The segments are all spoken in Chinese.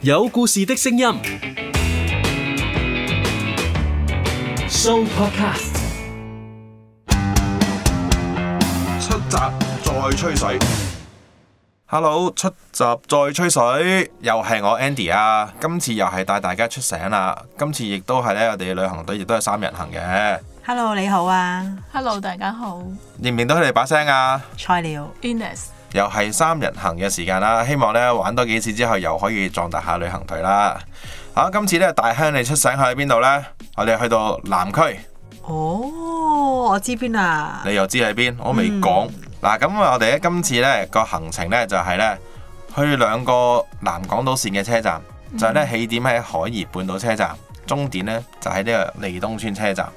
有故事的聲音。So Podcast。出閘再吹水。Hello，出閘再吹水，又係我 Andy 啊！今次又係帶大家出城啦，今次亦都係咧，我哋旅行隊亦都係三人行嘅， Hello，你好啊， Hello，大家好認唔認到佢哋把聲啊？菜鳥， ，Ines，又係三人行嘅時間啦，希望咧玩多幾次之後又可以壯大下旅行隊啦。好、今次咧大鄉里出省去邊度呢？我哋去到南區，哦，我知邊啊，你又知喺邊？我未講嗱，咁、啊我哋咧今次咧個行程咧就係、咧去兩個南港島線嘅車站，就係咧起點喺海怡半島車站，終點咧就喺呢個利東村車站。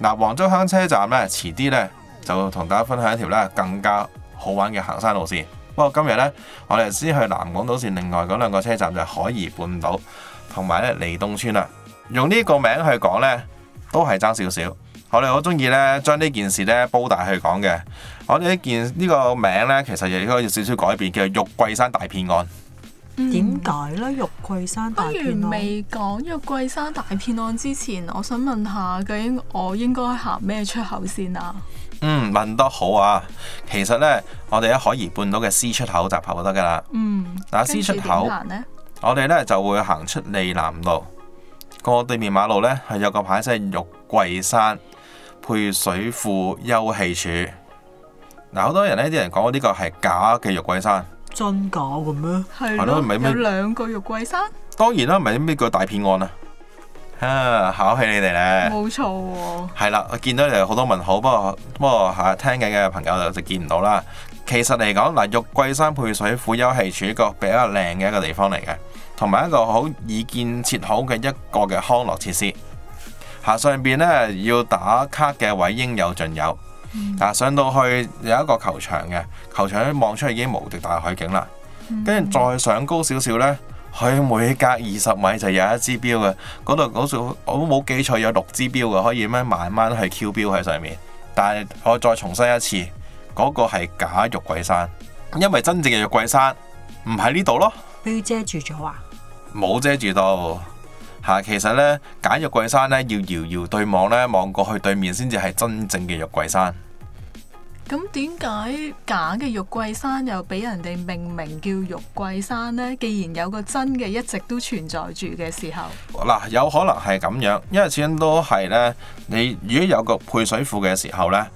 嗱，黃竹坑車站咧，遲啲咧就同大家分享一條咧更加好玩嘅行山路線。不過今日咧，我哋先去南港島線另外嗰兩個車站就係海怡半島同埋咧利東村啦。用呢個名去講咧，都係爭少少。我哋好中意咧將呢件事咧煲大去講嘅。我哋呢件呢、個名咧，其實亦都有少少改變，叫做玉桂山大騙案。嗯點解咧？玉桂山不大片如咯，嗯未講玉桂山大騙案之前，我想問下，究竟我應該行咩出口先啊？嗯，問得好啊！其實咧，我哋喺海怡半島嘅 C 出口集合就得㗎啦。嗯，嗱，C 出跟住口點行呢？我哋咧就會行出利南路，過對面馬路咧係有個牌寫玉桂山配水庫休憩處。嗱，好多人呢啲人講呢個係假嘅玉桂山，真假嘅咩？係係咯咯，咪咪有兩個玉桂山，當然啦，唔係咩叫大騙案啊！啊，考起你哋咧，冇錯喎。係啦，我見到你哋好多問號，不過不過嚇聽緊嘅朋友就見唔到啦。其實嚟講，嗱，玉桂山配水庫休憩處一個比較靚嘅一個地方嚟嘅，同埋一個好已建設好嘅一個嘅康樂設施。嚇上邊呢，要打卡嘅位應有盡有。嗱，上到去有一個球場嘅，球場望出去已經無敵大海景啦。跟住再上高少少呢，佢每隔二十米就有一支標嘅，嗰度好似我冇記錯有六支標嘅，可以咁樣慢慢去 Q 標喺上面。但係我再重申一次，嗰、個係假玉桂山，因為真正嘅玉桂山唔喺呢度咯。俾佢遮住咗啊？冇遮住到嚇、其實呢，揀玉桂山呢，要遙遙對望呢，望過去對面先至係真正嘅玉桂山。咁點解假嘅玉桂山又俾人哋命名叫玉桂山呢？既然有個真嘅一直都存在住嘅時候，嗱，有可能係咁樣，因為始終都係呢。你如果有個配水庫嘅時候呢，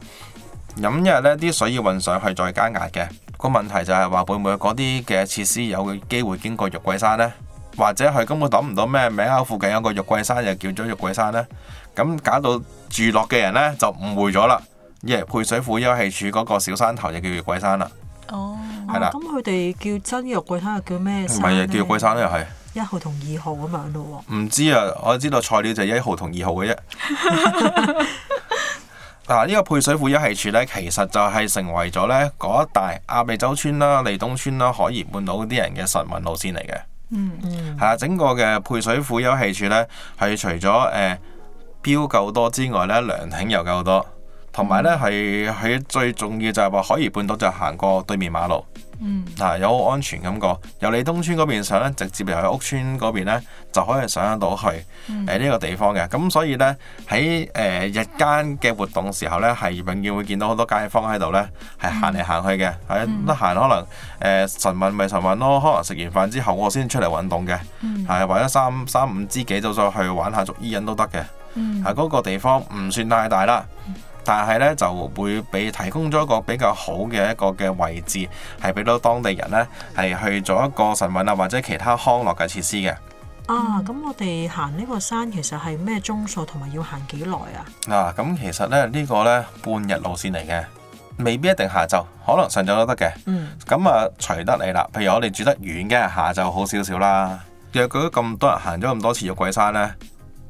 咁因為呢啲水要運上去再加壓嘅，個問題就係話會唔會嗰啲嘅設施有機會經過玉桂山呢？或者佢根本諗唔到咩名喺附近有個玉桂山，又叫咗玉桂山呢？咁搞到住落嘅人呢，就誤會咗啦，以為配水庫休憩處嗰個小山頭就叫玉桂山啦，哦，係啦哦咁佢哋叫真玉桂山又叫咩唔山係咧？啊，叫玉桂山呢又係。一號同二號咁樣咯唔知啊，我知道菜鳥就一號同二號嘅啫。嗱，呢個配水庫休憩處呢，其實就係成為咗呢嗰一帶亞美洲村啦、利東村啦、海怡半島啲人嘅晨運路線嚟嘅。嗯喎。嗯，係啊，整個嘅配水庫休憩處呢，係除咗誒、呃、標夠多之外呢，涼亭又夠多，同埋呢係佢最重要就係話海怡半島就行過對面馬路。嗯，嗱，啊有好安全感覺。由利東村嗰邊上咧，直接由屋村嗰邊咧就可以上得到去誒呢個地方嘅。咁所以咧喺誒日間嘅活動時候咧，係永遠會見到好多街坊喺度咧係行嚟行去嘅。係得閒可能誒晨運咪晨運咯，可能食完飯之後我先出嚟運動嘅，係或者三三五知己就再去玩下捉伊人都得嘅。嗯係嗰個地方唔算太大啦。但係咧就會俾提供咗一個比較好嘅一個嘅位置，係俾到當地人呢，係去做一個晨運啊或者其他康樂嘅設施嘅。啊，咁我哋行呢個山其實係咩鐘數同埋要行幾耐啊？嗱、咁其實咧呢、呢個呢，半日路線嚟嘅，未必一定下晝，可能上晝都得嘅。嗯，咁啊，隨得你啦。譬如我哋住得遠嘅，下晝好少少啦。若果咁多人行咗咁多次玉桂山呢，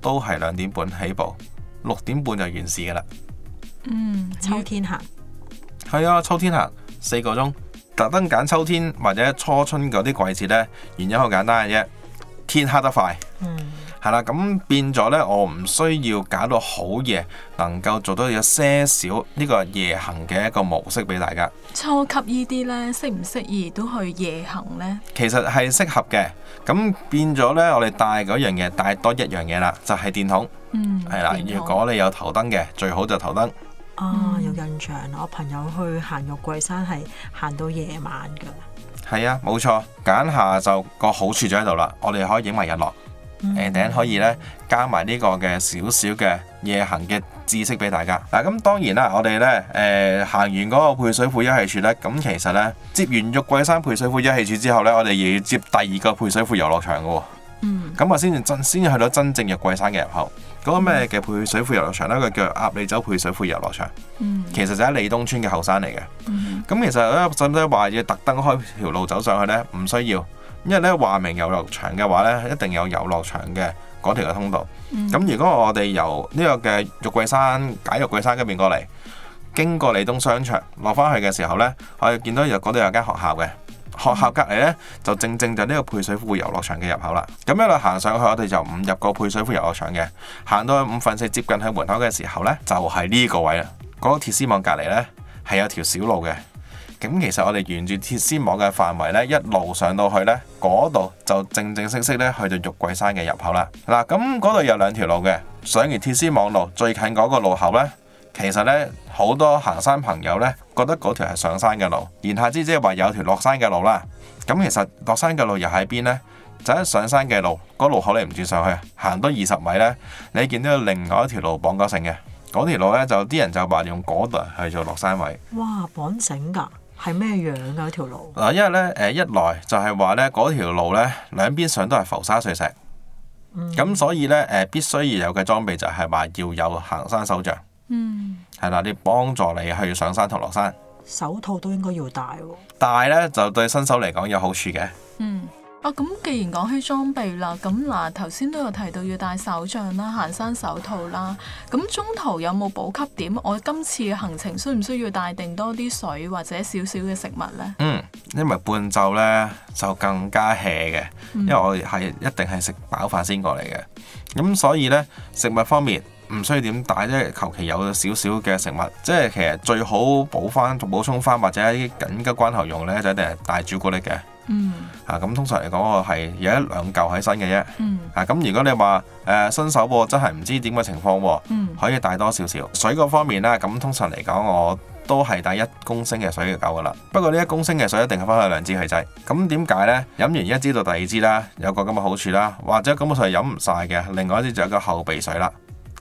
都係兩點半起步，六點半就完事㗎啦。嗯，秋天行，係啊，秋天行四個鐘，特登揀秋天或者初春嗰啲季節呢，原因好簡單嘅啫，天黑得快嗯，係啦，咁變咗呢，我唔需要搞到好夜，能夠做到有些少呢個夜行嘅一個模式俾大家。初級呢啲呢，適唔適宜都去夜行呢？其實係適合嘅。咁變咗呢，我哋帶嗰樣嘢帶多一樣嘢啦，就係、電筒。嗯，係啦，電如筒果你有頭燈嘅，最好就頭燈。啊，有印象啦，我朋友去行玉桂山係行到夜晚㗎。係啊，冇錯，揀下就個好處就喺度啦。我哋可以影埋日落，嗯誒、頂可以咧加埋呢個嘅少少嘅夜行嘅知識俾大家。嗱、咁當然啦，我哋咧誒行完嗰個配水庫休憩處咧，咁其實咧接完玉桂山配水庫休憩處之後咧，我哋又要接第二個配水庫遊樂場嘅喎。嗯咁啊，先至真先至去到真正玉桂山嘅入口。嗰、個咩嘅配水庫遊樂場咧，佢叫鴨脷洲配水庫遊樂場。嗯其實就喺利東村嘅後山嚟嘅。嗯咁其實咧，使唔使話要特登開條路走上去呢？唔需要，因為咧話明遊樂場嘅話呢，一定有遊樂場嘅嗰條嘅通道。咁、如果我哋由呢個嘅玉桂山解玉桂山嗰邊過嚟，經過利東商場落返去嘅時候呢，我哋見到有嗰度有間學校嘅。學校隔離呢，就正正就呢個配水庫遊樂場嘅入口啦。咁一路行上去，我哋就唔入個配水庫遊樂場嘅，行到去五分四接近去門口嘅時候呢，就係、呢個位啦。嗰、個鐵絲網隔離呢，係有條小路嘅。咁其實我哋沿住鐵絲網嘅範圍呢，一路上到去呢，嗰度就正正式式呢去到玉桂山嘅入口啦。嗱，咁嗰度有兩條路嘅，上完鐵絲網路最近嗰個路口呢，其實呢，好多行山朋友呢覺得嗰條係上山嘅路，言下之即係話有條落山嘅路啦。咁其實落山嘅路又喺邊呢？就喺上山嘅路，嗰路口你唔轉上去，行多二十米呢，你見到有另外一條路綁咗繩嘅，嗰條路呢，就啲人就話用嗰度去做落山位。哇，綁繩㗎，係咩樣㗎？條路？嗱，因為咧誒一來就係話咧嗰條路咧兩邊上都係浮沙碎石，咁、所以咧誒必須要有嘅裝備就係話要有行山手杖，嗯係啦，你幫助你去上山同落山。手套都應該要戴喎。但係咧就對新手嚟講有好處嘅，嗯。啊，咁既然講起裝備啦，咁嗱頭先都有提到要戴手杖啦、行山手套啦，咁中途有冇補給點？我今次嘅行程需唔需要帶定多啲水或者少少嘅食物呢？嗯，因為半晝咧就更加 hea 嘅，因為我係一定係食飽飯先過嚟嘅，咁所以咧食物方面。唔需要點帶，即係求其有少少嘅食物，即係其實最好補翻、補充翻或者喺緊急關頭用呢，就一定係帶朱古力嘅。嗯啊，咁通常嚟講，我係有一兩嚿喺身嘅啫。嗯啊，咁如果你話誒、呃新手喎，真係唔知點嘅情況喎，嗯可以帶多少少水嗰方面咧，咁通常嚟講我。都係帶一公升嘅水就夠噶啦，不過呢一公升嘅水一定係分開兩支去製。咁點解呢？飲完一支到第二支啦，有個咁嘅好處啦，或者根本上係飲唔晒嘅，另外一支就有個後備水啦。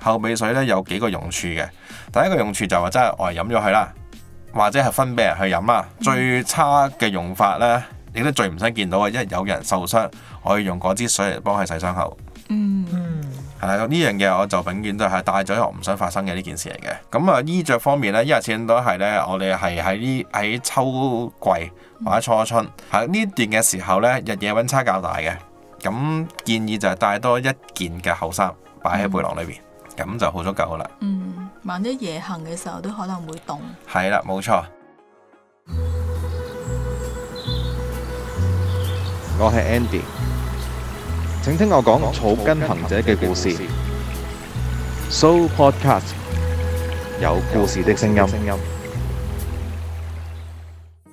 後備水呢有幾個用處嘅，第一個用處就話真係我係飲咗佢啦，或者係分俾人去飲啦。最差嘅用法呢，亦都最唔想見到嘅，一有人受傷，我要用嗰支水嚟幫佢洗傷口。嗯係啦，咁呢樣嘢我就永遠都係帶咗我唔想發生嘅呢件事嚟嘅。咁啊，衣着方面呢，因為始終都係呢，我哋係喺呢喺秋季或者初春喺呢段嘅時候呢，日夜温差較大嘅。咁建議就係帶多一件嘅厚衫擺喺背囊裏邊，咁、就好足夠噶啦。嗯，萬一夜行嘅時候都可能會凍。係啦，冇錯。我係 Andy，請聽我講草根行者嘅故事。So Podcast 有故事的聲音。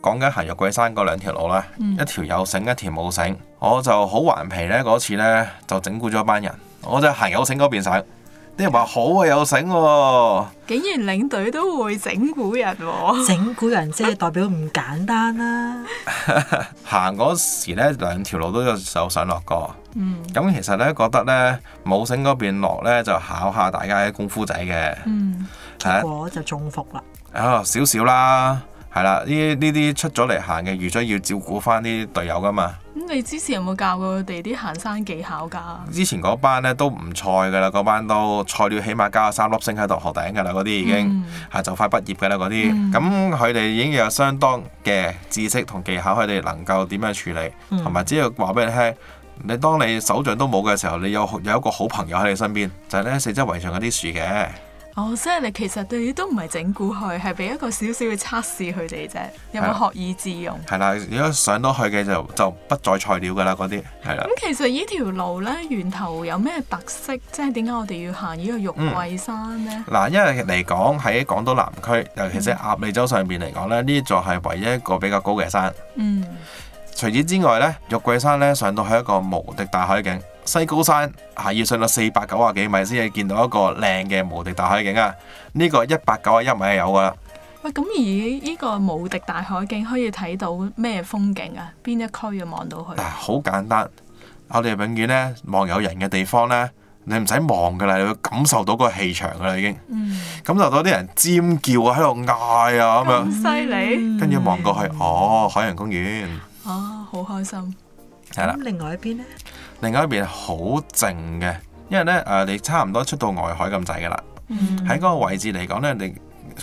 講緊行玉桂山嗰兩條路啦，嗯一條有繩，一條冇繩。我就好頑皮呢，嗰次呢，就整蠱咗一班人，我就行有繩嗰邊上，啲人話好啊有繩喎、竟然領隊都會整蠱人喎、整蠱人即係代表唔簡單啦。行嗰時咧，兩條路都有有上落過。嗯咁其實咧，覺得咧冇繩嗰邊落咧，就考下大家嘅功夫仔嘅，嗯係我就中伏啦。啊少少啦，係啦，呢呢啲出咗嚟行嘅，預咗要照顧翻啲隊友噶嘛。咁你之前有冇教過佢哋啲行山技巧㗎？之前嗰班咧都唔錯噶啦，嗰班都菜鳥起碼加咗三粒星喺度學頂噶啦，嗰啲已經嗯係、就快畢業噶啦嗰啲。咁佢哋已經有相當嘅知識同技巧，佢哋能夠點樣處理，同埋只要話俾你聽。你當你手杖都冇嘅時候，你有有一個好朋友喺你身邊，就係、呢四周圍上嗰啲樹嘅，哦，即係你其實對都唔係整蠱佢，係俾一個少少嘅測試佢哋啫，有係冇學以致用？係啦，如果上到去嘅就就不在菜料㗎啦，嗰啲係啦。咁其實呢條路呢，源頭有咩特色？即係點解我哋要行呢個玉桂山呢？嗱，因為嚟講喺港島南區，尤其是喺鴨脷洲上邊嚟講咧，呢座係唯一一個比較高嘅山。嗯，除此之外呢，玉桂山呢上到去一個無敵大海景，西高山係要上到四百九啊幾米先至見到一個靚嘅無敵大海景啊！呢、個一百九啊一米就有㗎啦。喂，咁而呢個無敵大海景可以睇到咩風景啊？邊一區啊望到佢嗱，？好簡單，我哋永遠呢望有人嘅地方呢，你唔使望㗎啦，你會感受到個氣場㗎啦已經，嗯，感受到啲人尖叫啊，喺度嗌啊咁咁樣，犀利，跟住望過去，哦，海洋公園，嗯啊，好開心，係啦咁。另外一邊呢？另外一邊好靜嘅，因為咧誒、呃你差唔多出到外海咁滯噶啦。嗯喺嗰個位置嚟講咧，你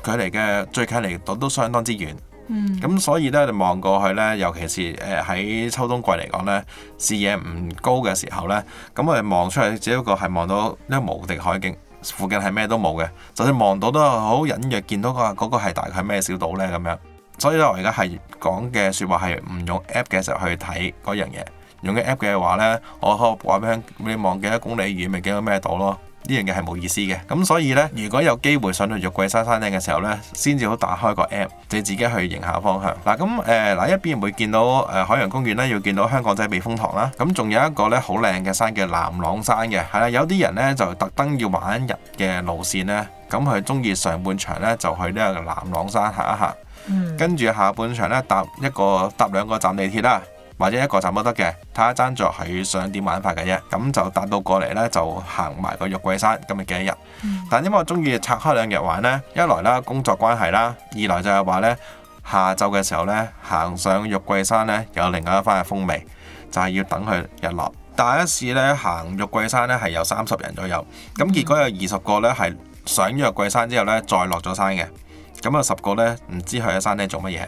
距離嘅最近嚟講都相當之遠。嗯，咁所以咧，你望過去咧，尤其是誒喺、秋冬季嚟講咧，視野唔高嘅時候咧，咁我哋望出去，只不過係望到呢個無敵海景，附近係咩都冇嘅，就算望到都好隱約見到個嗰個係大概咩小島咧咁樣。所以咧，我而家係講嘅説話係唔用 app 嘅時候去睇嗰樣嘢，用嘅 app 嘅話咧，我可以話俾你聽你望幾多公里遠，咪見到咩島咯。呢樣嘢係冇意思嘅，咁所以呢，如果有機會上到玉桂山山頂嘅時候呢，先至好打開個 app，你自己去迎下方向。嗱，咁誒嗱一邊會見到誒、呃海洋公園呢，要見到香港仔避風塘啦。咁仲有一個呢，好靚嘅山叫南朗山嘅，係啦，有啲人呢，就特登要玩日嘅路線呢，咁佢中意上半場呢，就去呢個南朗山行一行。嗯，跟住下半場咧搭一個搭兩個站地鐵啦，或者一個站都得嘅，睇下爭在係想點玩法嘅啫。咁就搭到過嚟呢，就行埋個玉桂山，今日幾日。但因為我中意拆開兩日玩呢，一來啦工作關係啦，二來就係話呢，下晝嘅時候呢，行上玉桂山呢，有另外一番嘅風味，就係、要等佢日落。第一次呢，行玉桂山呢，係有三十人左右，咁結果有二十個呢，係上咗玉桂山之後呢，再落咗山嘅。咁啊有十個呢，唔知佢喺山頂做乜嘢，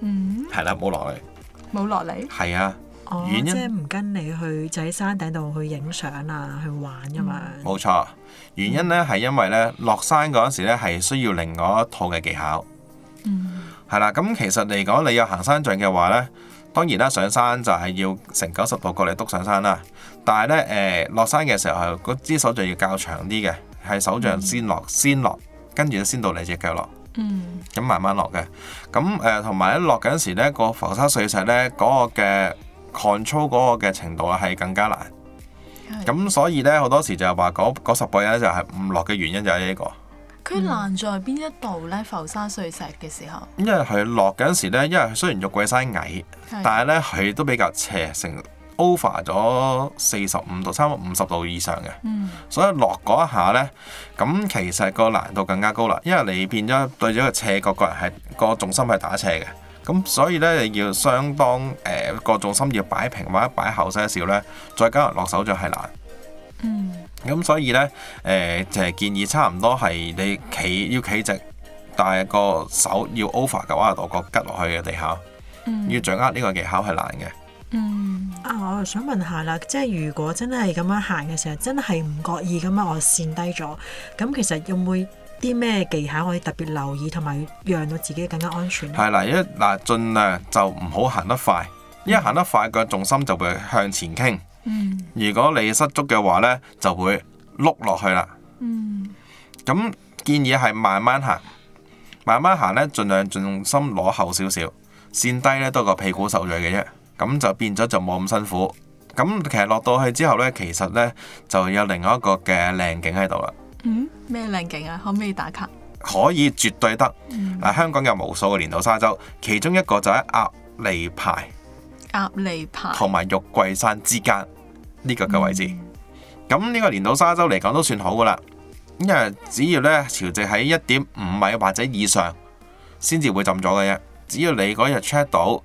嗯，係啦，冇落嚟。冇落嚟，係啊，哦，原因即係唔跟你去就喺山頂度去影相啊，去玩咁樣。冇錯。原因呢係因為呢落山嗰陣時呢係需要另外一套嘅技巧。嗯，係啦，咁其實嚟講，你有行山杖嘅話呢，當然啦，上山就係要成九十度過嚟篤上山啦。但係呢，誒、落山嘅時候，嗰支手杖要較長啲嘅，係手杖先落，先落，跟住先到你隻腳落。嗯，咁慢慢落嘅。咁誒同埋咧落緊時咧，個浮沙碎石咧嗰、個嘅 control 嗰個嘅程度啊係更加難。係咁所以咧好多時就係話嗰嗰十個人就係唔落嘅原因就係呢、個。佢難在邊一度呢？浮沙碎石嘅時候，因為佢落緊時咧，因為雖然玉桂山矮，係但係咧佢都比較斜，成 over 咗四十五度，差唔多五十度以上嘅。嗯所以落嗰一下呢，咁其實個難度更加高啦，因為你變咗對咗個斜角個人係個重心係打斜嘅，咁所以呢，你要相當誒、呃、個重心要擺平或者擺後些少呢，再加埋落手就係難。嗯咁所以呢，誒、就係建議差唔多係你企要企直，但係個手要 over 九啊度角吉落去嘅地下，嗯要掌握呢個技巧係難嘅。嗯，啊，我又想問下啦，即係如果真係咁樣行嘅時候，真係唔覺意咁啊，我跣低咗，咁其實有冇啲咩技巧可以特別留意，同埋讓到自己更加安全呢？係啦，一嗱盡量就唔好行得快，因為行得快個重心就會向前傾。嗯如果你失足嘅話呢，就會碌落去啦。嗯咁建議係慢慢行，慢慢行呢，盡量重心攞後少少，線低呢都係個屁股受罪嘅啫。咁就變咗就冇咁辛苦。咁其實落到去之後呢，其實呢就有另外一個嘅靚景喺度啦，嗯，咩靚景啊？可唔可以打卡？可以絕對得。嗱，香港有無數嘅連島沙洲，其中一個就喺鴨脷排鴨脷排，同埋玉桂山之間呢、個嘅位置。咁呢個連島沙洲嚟講都算好噶啦，因為只要呢潮汐喺一點五米或者以上，先至會浸咗嘅啫。只要你嗰日 check 到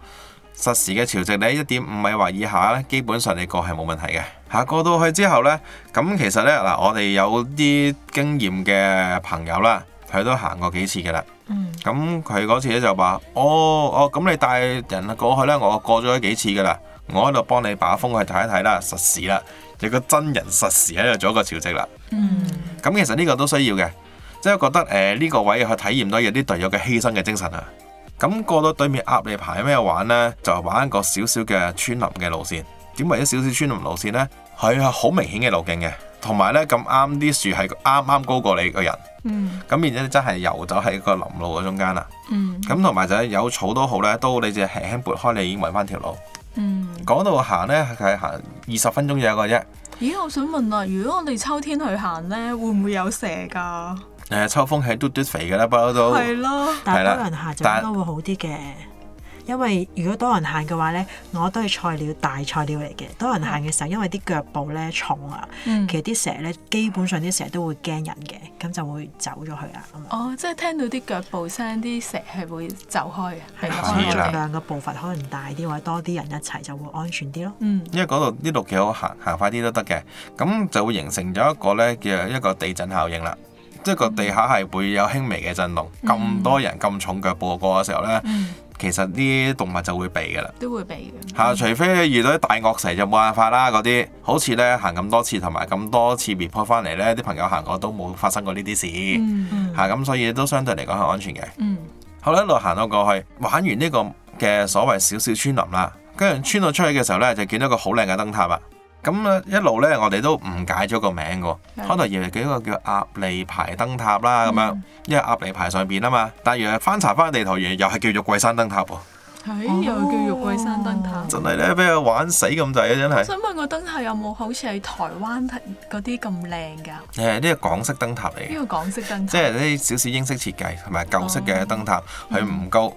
實時嘅潮汐你一點五米或以下呢，基本上你過係冇問題嘅。嚇過到去之後呢，咁其實呢，嗱，我哋有啲經驗嘅朋友啦，佢都行過幾次嘅啦。嗯，咁佢嗰次咧就話：哦哦，咁你帶人啊過去咧，我過咗幾次噶啦，我喺度幫你把風去睇一睇啦，實時啦，有個真人實時喺度做一個潮汐啦。嗯咁其實呢個都需要嘅，即係覺得誒呢個位去體驗到有啲隊友嘅犧牲嘅精神啊。咁過到對面鴨脷排咩玩呢？就係玩一個少少嘅穿林嘅路線。點為咗少少穿林路線呢？佢係好明顯嘅路徑嘅，同埋呢咁啱啲樹係啱啱高過你個人，嗯咁然之後真係遊走喺個林路嘅中間啦。嗯咁同埋就係有草都好呢，都你只輕輕撥開，你已經揾翻條路。嗯。講到行呢，係行二十分鐘有一個啫。咦，我想問啊啦，如果我哋秋天去行呢，會唔會有蛇㗎？誒秋風起嘟嘟肥嘅啦，不嬲都。係咯，但係係啦多人行就但應該會好啲嘅，因為如果多人行嘅話呢，我都係菜鳥大菜鳥嚟嘅。多人行嘅時候，因為啲腳步呢重啊，嗯其實啲蛇呢基本上啲蛇都會驚人嘅，咁就會走咗去啦。咁啊哦，即係聽到啲腳步聲，啲蛇係會走開嘅，係係啊咪啦係所以啦盡量個步伐可能大啲或者多啲人一齊就會安全啲咯。嗯因為嗰度呢度幾好行，行快啲都得嘅，咁就會形成咗一個呢叫一個地震效應啦。即係個嗯地下係會有輕微嘅震動，咁、多人咁重腳步過嘅時候呢，嗯，其實啲動物就會避㗎啦。都會避嘅。嚇、除非你遇到啲大惡蛇就冇辦法啦。嗰啲好似呢行咁多次同埋咁多次 report 翻嚟呢，啲朋友行過都冇發生過呢啲事嗯嚇，咁、所以都相對嚟講係安全嘅。嗯好啦，一路行到過去，玩完呢個嘅所謂小小村林啦，跟住穿到出去嘅時候呢，就見到個好靚嘅燈塔啦。咁啊，一路呢，我哋都誤解咗個名嘅喎，係可能以為幾個叫鴨脷排燈塔啦咁樣嗯，因為鴨脷排上邊啊嘛。但原來翻查翻地圖，原來又係叫玉桂山燈塔喎，係又叫玉桂山燈塔。真係呢，俾佢玩死咁滯啊！真我係想問個燈塔有冇好似喺台灣嗰啲咁靚㗎？誒呢個港式燈塔嚟嘅，呢個港式燈即塔，係啲少少英式設計同埋舊式嘅燈哦塔，佢唔高。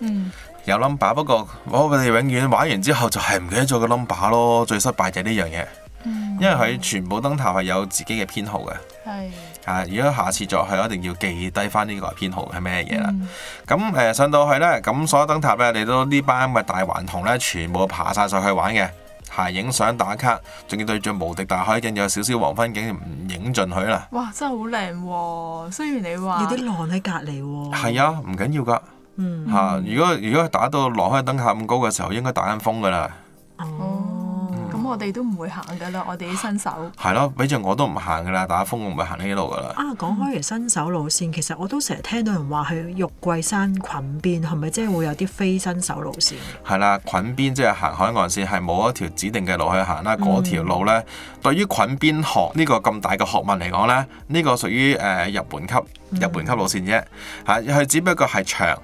嗯有 number，不過我哋永遠玩完之後就係唔記得咗個 number 咯，最失敗就係呢樣嘢，嗯，因為佢全部燈塔係有自己嘅編號嘅，係啊，如果下次再去，我一定要記低翻呢個編號係咩嘢啦。嗯咁誒、呃上到去呢，咁所有燈塔呢，你都呢班咁嘅大環童呢，全部爬晒上去玩嘅，係影相打卡，仲要對住無敵大海，跟住有少少黃昏景唔影盡佢啦。哇，真係好靚喎！雖然你話有啲浪喺隔離喎。係啊，唔緊要㗎嗯，嚇、如果如果打到落開燈塔咁高嘅時候，應該打緊風㗎啦。哦哦，，嗯咁我哋都唔會行㗎啦，我哋啲新手。係咯，俾住我都唔行噶啦，打風我唔會行呢度噶啦。啊，講開嘅新手路線，其實我都成日聽到人話去玉桂山群邊，係咪即係會有啲非新手路線？係啦，捆邊即係行海岸線，係冇一條指定嘅路去行啦。嗰條路呢，對於捆邊學呢個咁大嘅學問嚟講呢，呢個屬於誒入門級入門級路線啫。嚇，佢只不過係長。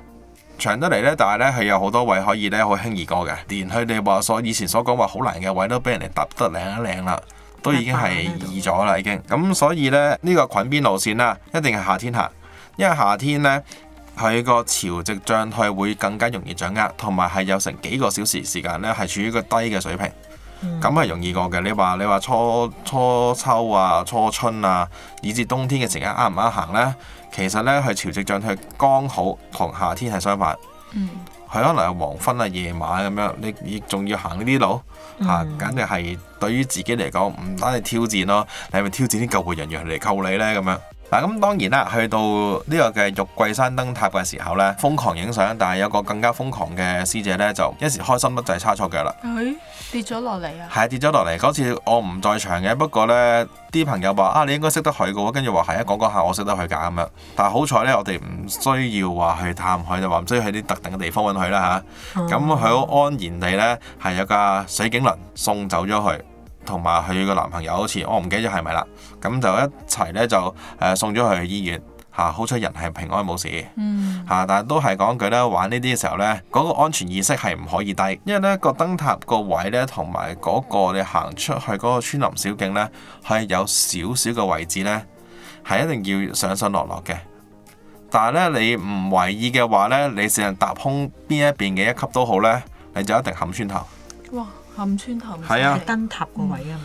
長得嚟呢，但係呢，佢有好多位可以呢，好輕易過嘅，連佢哋話所以前所講話好難嘅位都俾人哋揼得靚一靚啦，都已經係易咗啦已經。咁所以呢，呢、個捆邊路線啦，一定係夏天行，因為夏天呢，佢個潮汐漲退會更加容易掌握，同埋係有成幾個小時時間呢，係處於個低嘅水平，咁係、容易過嘅。你話你話初初秋啊、初春啊，以至冬天嘅時間啱唔啱行呢？其實呢，佢潮汐漲退剛好同夏天係相反。嗯佢可能係黃昏啊、夜晚咁樣，你你仲要行呢啲路嚇、啊，簡直係對於自己嚟講唔單係挑戰咯，你係咪挑戰啲救護人員嚟救你呢？咁樣？嗱，咁當然啦，去到呢個嘅玉桂山燈塔嘅時候呢，瘋狂影相，但係有個更加瘋狂嘅師姐呢，就一時開心得滯，叉錯腳啦，佢跌咗落嚟啊！係跌咗落嚟。嗰次我唔在場嘅，不過呢啲朋友話啊，你應該識得佢嘅喎，跟住話係啊，講講下我識得佢㗎咁樣。但係好彩呢，我哋唔需要話去探佢，就話唔需要去啲特定嘅地方揾佢啦嚇。啊咁啊佢好安然地呢，係有架水警輪送走咗佢，同埋佢個男朋友好似我唔記得咗係咪啦，咁就一齊呢，就誒、呃送咗佢去醫院嚇、好彩人係平安冇事嚇、嗯但係都係講句咧，玩呢啲嘅時候呢，嗰、個安全意識係唔可以低，因為呢個燈塔個位呢，同埋嗰個你行出去嗰個村林小徑呢，係有少少嘅位置呢，係一定要上上落落嘅。但係咧，你唔為意嘅話咧，你成日踏空邊一邊嘅一級都好咧，你就一定冚穿頭。誒、哇，冚穿頭唔係啊犀利燈塔個位啊嘛。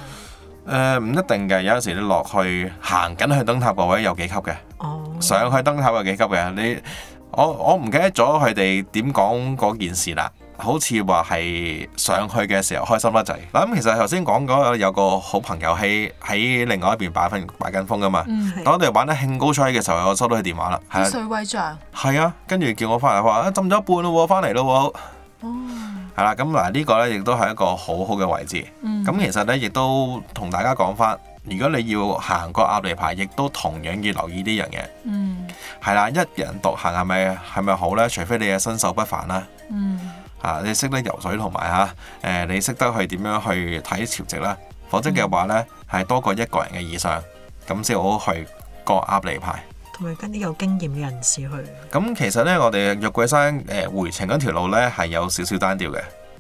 呃唔一定嘅，有陣時你落去行緊去燈塔個位有幾級嘅，哦，上去燈塔有幾級嘅。你我我唔記得咗佢哋點講嗰件事啦。好似話係上去嘅時候開心得滯。嗱咁其實頭先講嗰有個好朋友喺喺另外一邊擺份擺緊風噶嘛。嗯，係當我哋玩得興高采烈嘅時候，我收到佢電話啦。係啊啲水位像係啊，跟住叫我翻嚟，佢話啊浸咗一半咯喎，翻嚟咯哦，喎，係啦，咁嗱呢個呢，亦都係一個好好嘅位置。咁、嗯其實呢，亦都同大家講翻，如果你要行個鴨脷排，亦都同樣要留意呢樣嘢。嗯係啦，一人獨行係咪係咪好呢？除非你係身手不凡啦。嗯啊，你識得游水同埋嚇，誒、你識得去點樣去睇潮汐啦。否則嘅話呢，係多過一個人嘅以上，咁先好去個鴨脷排。同埋跟啲有經驗嘅人士去。咁其實呢，我哋玉桂山誒、回程嗰條路呢，係有少少單調嘅。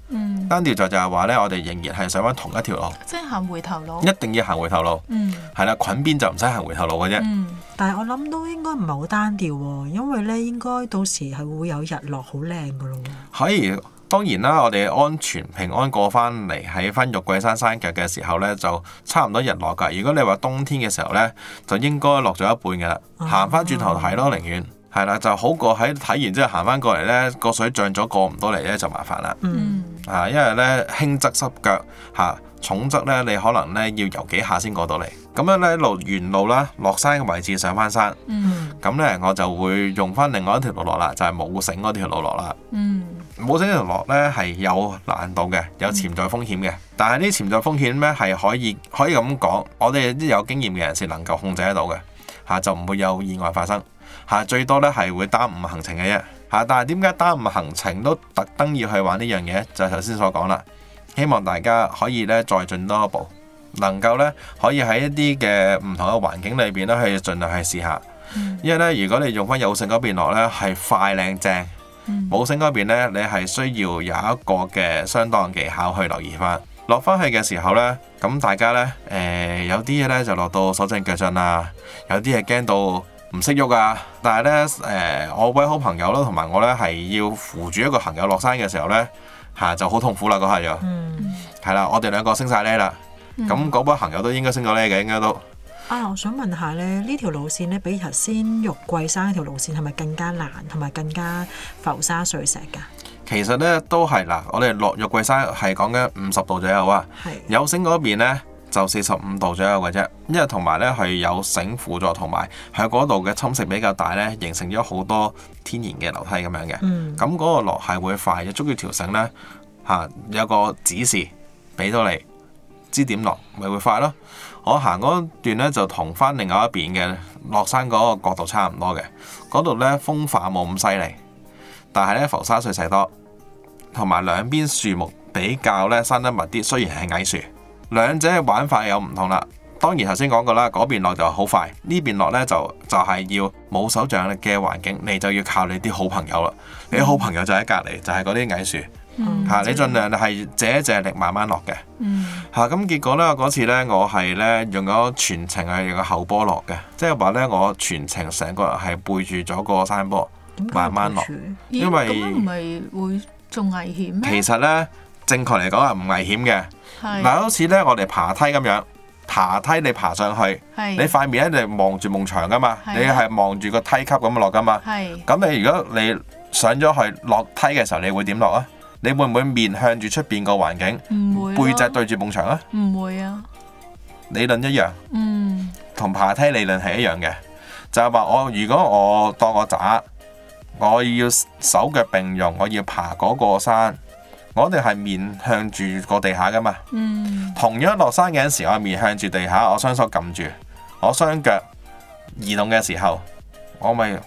嗯，單調就就係話呢，我哋仍然係上翻同一條路，即係行回頭路。一定要行回頭路。嗯係啦，捆邊就唔使行回頭路嘅啫。嗯但係我諗都應該唔係好單調喎，因為咧應該到時係會有日落好靚噶咯喎。可以當然啦，我哋安全平安過翻嚟喺翻玉桂山山腳嘅時候呢，就差唔多日落㗎。如果你話冬天嘅時候呢，就應該落咗一半㗎啦，行翻轉頭睇咯，寧願係啦，就好過喺睇完之後行翻過嚟呢，個水漲咗過唔到嚟呢，就麻煩啦。嗯，嗯啊，因為咧輕則濕腳嚇、重則咧你可能咧要游幾下先過到嚟。咁樣咧路沿路啦，落山嘅位置上翻山，嗯咁咧我就會用翻另外一條路落啦，就係、冇繩嗰條路落啦。嗯冇繩嗰條路咧係有難度嘅，有潛在風險嘅。但係呢啲潛在風險咧係可以可以咁講，我哋啲有經驗嘅人士能夠控制得到嘅嚇、就唔會有意外發生嚇、最多咧係會耽誤行程嘅啫嚇。但係點解耽誤行程都特登要去玩呢樣嘢？就係頭先所講啦，希望大家可以咧再進多一步，能夠咧可以喺一啲嘅唔同嘅環境裏邊咧去盡量去試下。因為咧，如果你用翻有繩嗰邊落咧，係快靚正。嗯冇繩嗰邊咧，你係需要有一個嘅相當技巧去留意翻。落翻去嘅時候呢，咁大家呢，誒、有啲嘢呢就落到手震腳震啊，有啲嘢驚到唔識喐啊。但係呢，誒、我位好朋友啦，同埋我呢係要扶住一個朋友落山嘅時候呢，嚇、就好痛苦啦嗰下就嗯係啦，我哋兩個升晒呢啦，嗯咁嗰班朋友都應該升咗呢嘅，應該都啊，我想問下咧，呢條路線咧比頭先玉桂山嗰條路線係咪更加難，同埋更加浮沙碎石㗎？其實呢都係嗱，我哋落玉桂山係講緊五十度左右啊。係。有繩嗰邊呢，就四十五度左右嘅啫，因為同埋呢，佢有繩輔助，同埋喺嗰度嘅侵蝕比較大呢，形成咗好多天然嘅樓梯咁樣嘅。嗯咁嗰個落係會快嘅，捉住條繩呢，嚇、有個指示俾到你，知點落咪會快咯。我行嗰段呢，就同翻另外一邊嘅落山嗰個角度差唔多嘅，嗰度呢，風化冇咁犀利，但係呢，浮沙碎石多，同埋兩邊樹木比較呢，生得密啲，雖然係矮樹，兩者嘅玩法有唔同啦。當然頭先講過啦，嗰邊落就好快，呢邊落呢，就就係、要冇手掌力嘅環境，你就要靠你啲好朋友啦。你啲好朋友就喺隔離，就係嗰啲矮樹嗯嚇，你盡量係借一借力慢慢落嘅嗯嚇。咁結果呢，嗰次呢，我係呢，用咗全程係用個後波落嘅，即係話呢，我全程成個人係背住咗個山坡。點解慢慢落會背住咦因為咁樣唔係會仲危險咩？其實呢，正確嚟講係唔危險嘅。係嗱，好似呢，我哋爬梯咁樣，爬梯你爬上去，係你塊面一定望住夢牆噶嘛，係你係望住個梯級咁落噶嘛。係咁你如果你上咗去落梯嘅時候，你會點落啊？你會唔會面向住出邊個環境？唔會咯背脊對住埲牆啊，唔會啊？理論一樣，嗯同爬梯理論係一樣嘅，就係、話我如果我當我渣，我要手腳並用，我要爬嗰個山，我哋係面向住個地下噶嘛。嗯同樣落山嘅時候，我係面向住地下，我雙手撳住，我雙腳移動嘅時候，我咪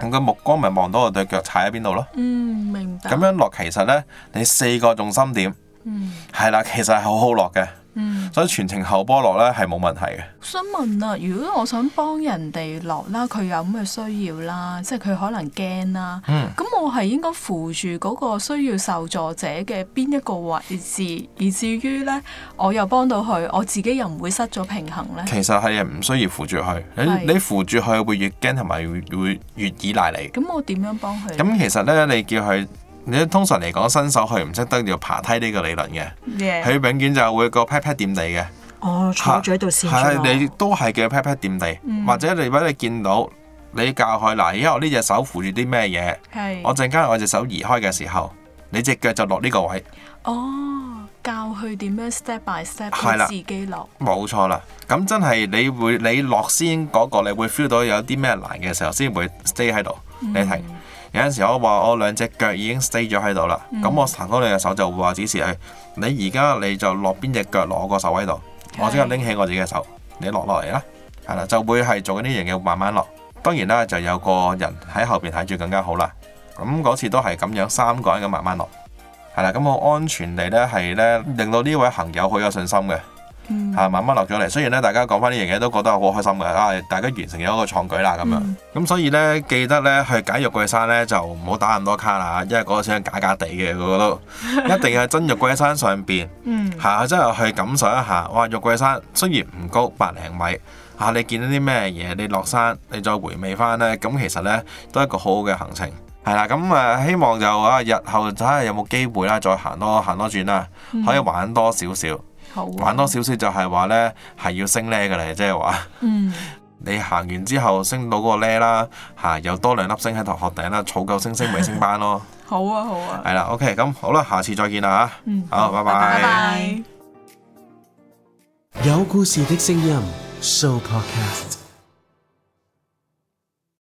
我嘅目光咪望到我對腳踩喺邊度咯。嗯明白咁樣落其實呢，你四個重心點嗯係啦，其實係好好落嘅，嗯。所以全程後波落呢係冇問題嘅。想問啦，如果我想幫人哋落啦，佢有咁嘅需要啦，即係佢可能驚啦，嗯咁、我係應該扶住嗰個需要受助者嘅邊一個位置，而至於呢，我又幫到佢，我自己又唔會失咗平衡呢？其實係唔需要扶住佢，係你你扶住佢會越驚同埋會會越依賴你。咁我點樣幫佢？咁其實呢，你叫佢，你通常嚟講新手佢唔識得要爬梯呢個理論嘅， Yeah，佢永遠就會個 pat pat 掂地嘅，我哦坐住喺度先係咗你都係叫 pat pat 掂地，嗯或者你俾你見到你教佢嗱，而家我呢隻手扶住啲咩嘢，係我陣間我隻手移開嘅時候，你隻腳就落呢個位，哦，教佢點樣 step by step 係啦佢自己落，冇錯啦。咁真係你會你落先嗰、個，你會 feel 到有啲咩難嘅時候，先會 stay 喺度，你停。有陣時我話我兩隻腳已經 stay 咗喺度啦，咁、我行開你隻手就會話指示佢，你而家你就落邊隻腳落我個手位度，我即刻拎起我自己嘅手，你落落嚟啦，係啦，就會係做緊呢樣嘢，慢慢落。當然啦，就有個人喺後邊睇住更加好啦。咁嗰次都係咁樣，三個人咁慢慢落，係啦，咁好安全地呢，係呢，令到呢位朋友好有信心嘅。嗯嚇慢慢落咗嚟。雖然咧，大家講翻呢樣嘢都覺得好開心嘅，啊，大家完成咗一個創舉啦咁樣。咁、嗯所以咧，記得咧去解玉桂山咧就唔好打咁多卡啦，因為嗰個先係假假地嘅，個個 都一定係真玉桂山上邊嗯嚇，真係去感受一下。哇！玉桂山雖然唔高，百零米。嚇、你見到啲咩嘢？你落山，你再回味翻呢。咁其實呢，都係一個好好嘅行程。係啦，咁誒希望就啊，日後睇下有冇機會啦，再行多行多轉啦，嗯可以玩多少少。好啊玩多少少就係話呢，係要升呢嘅咧，即係話嗯你行完之後升到嗰個呢啦，嚇又多兩粒星喺頭殼頂啦，儲夠星星咪升班咯，好啊好啊，係啦，OK，咁好啦，下次再見啦嗯嚇，好，拜拜拜。拜。有故事的聲音，Show Podcast。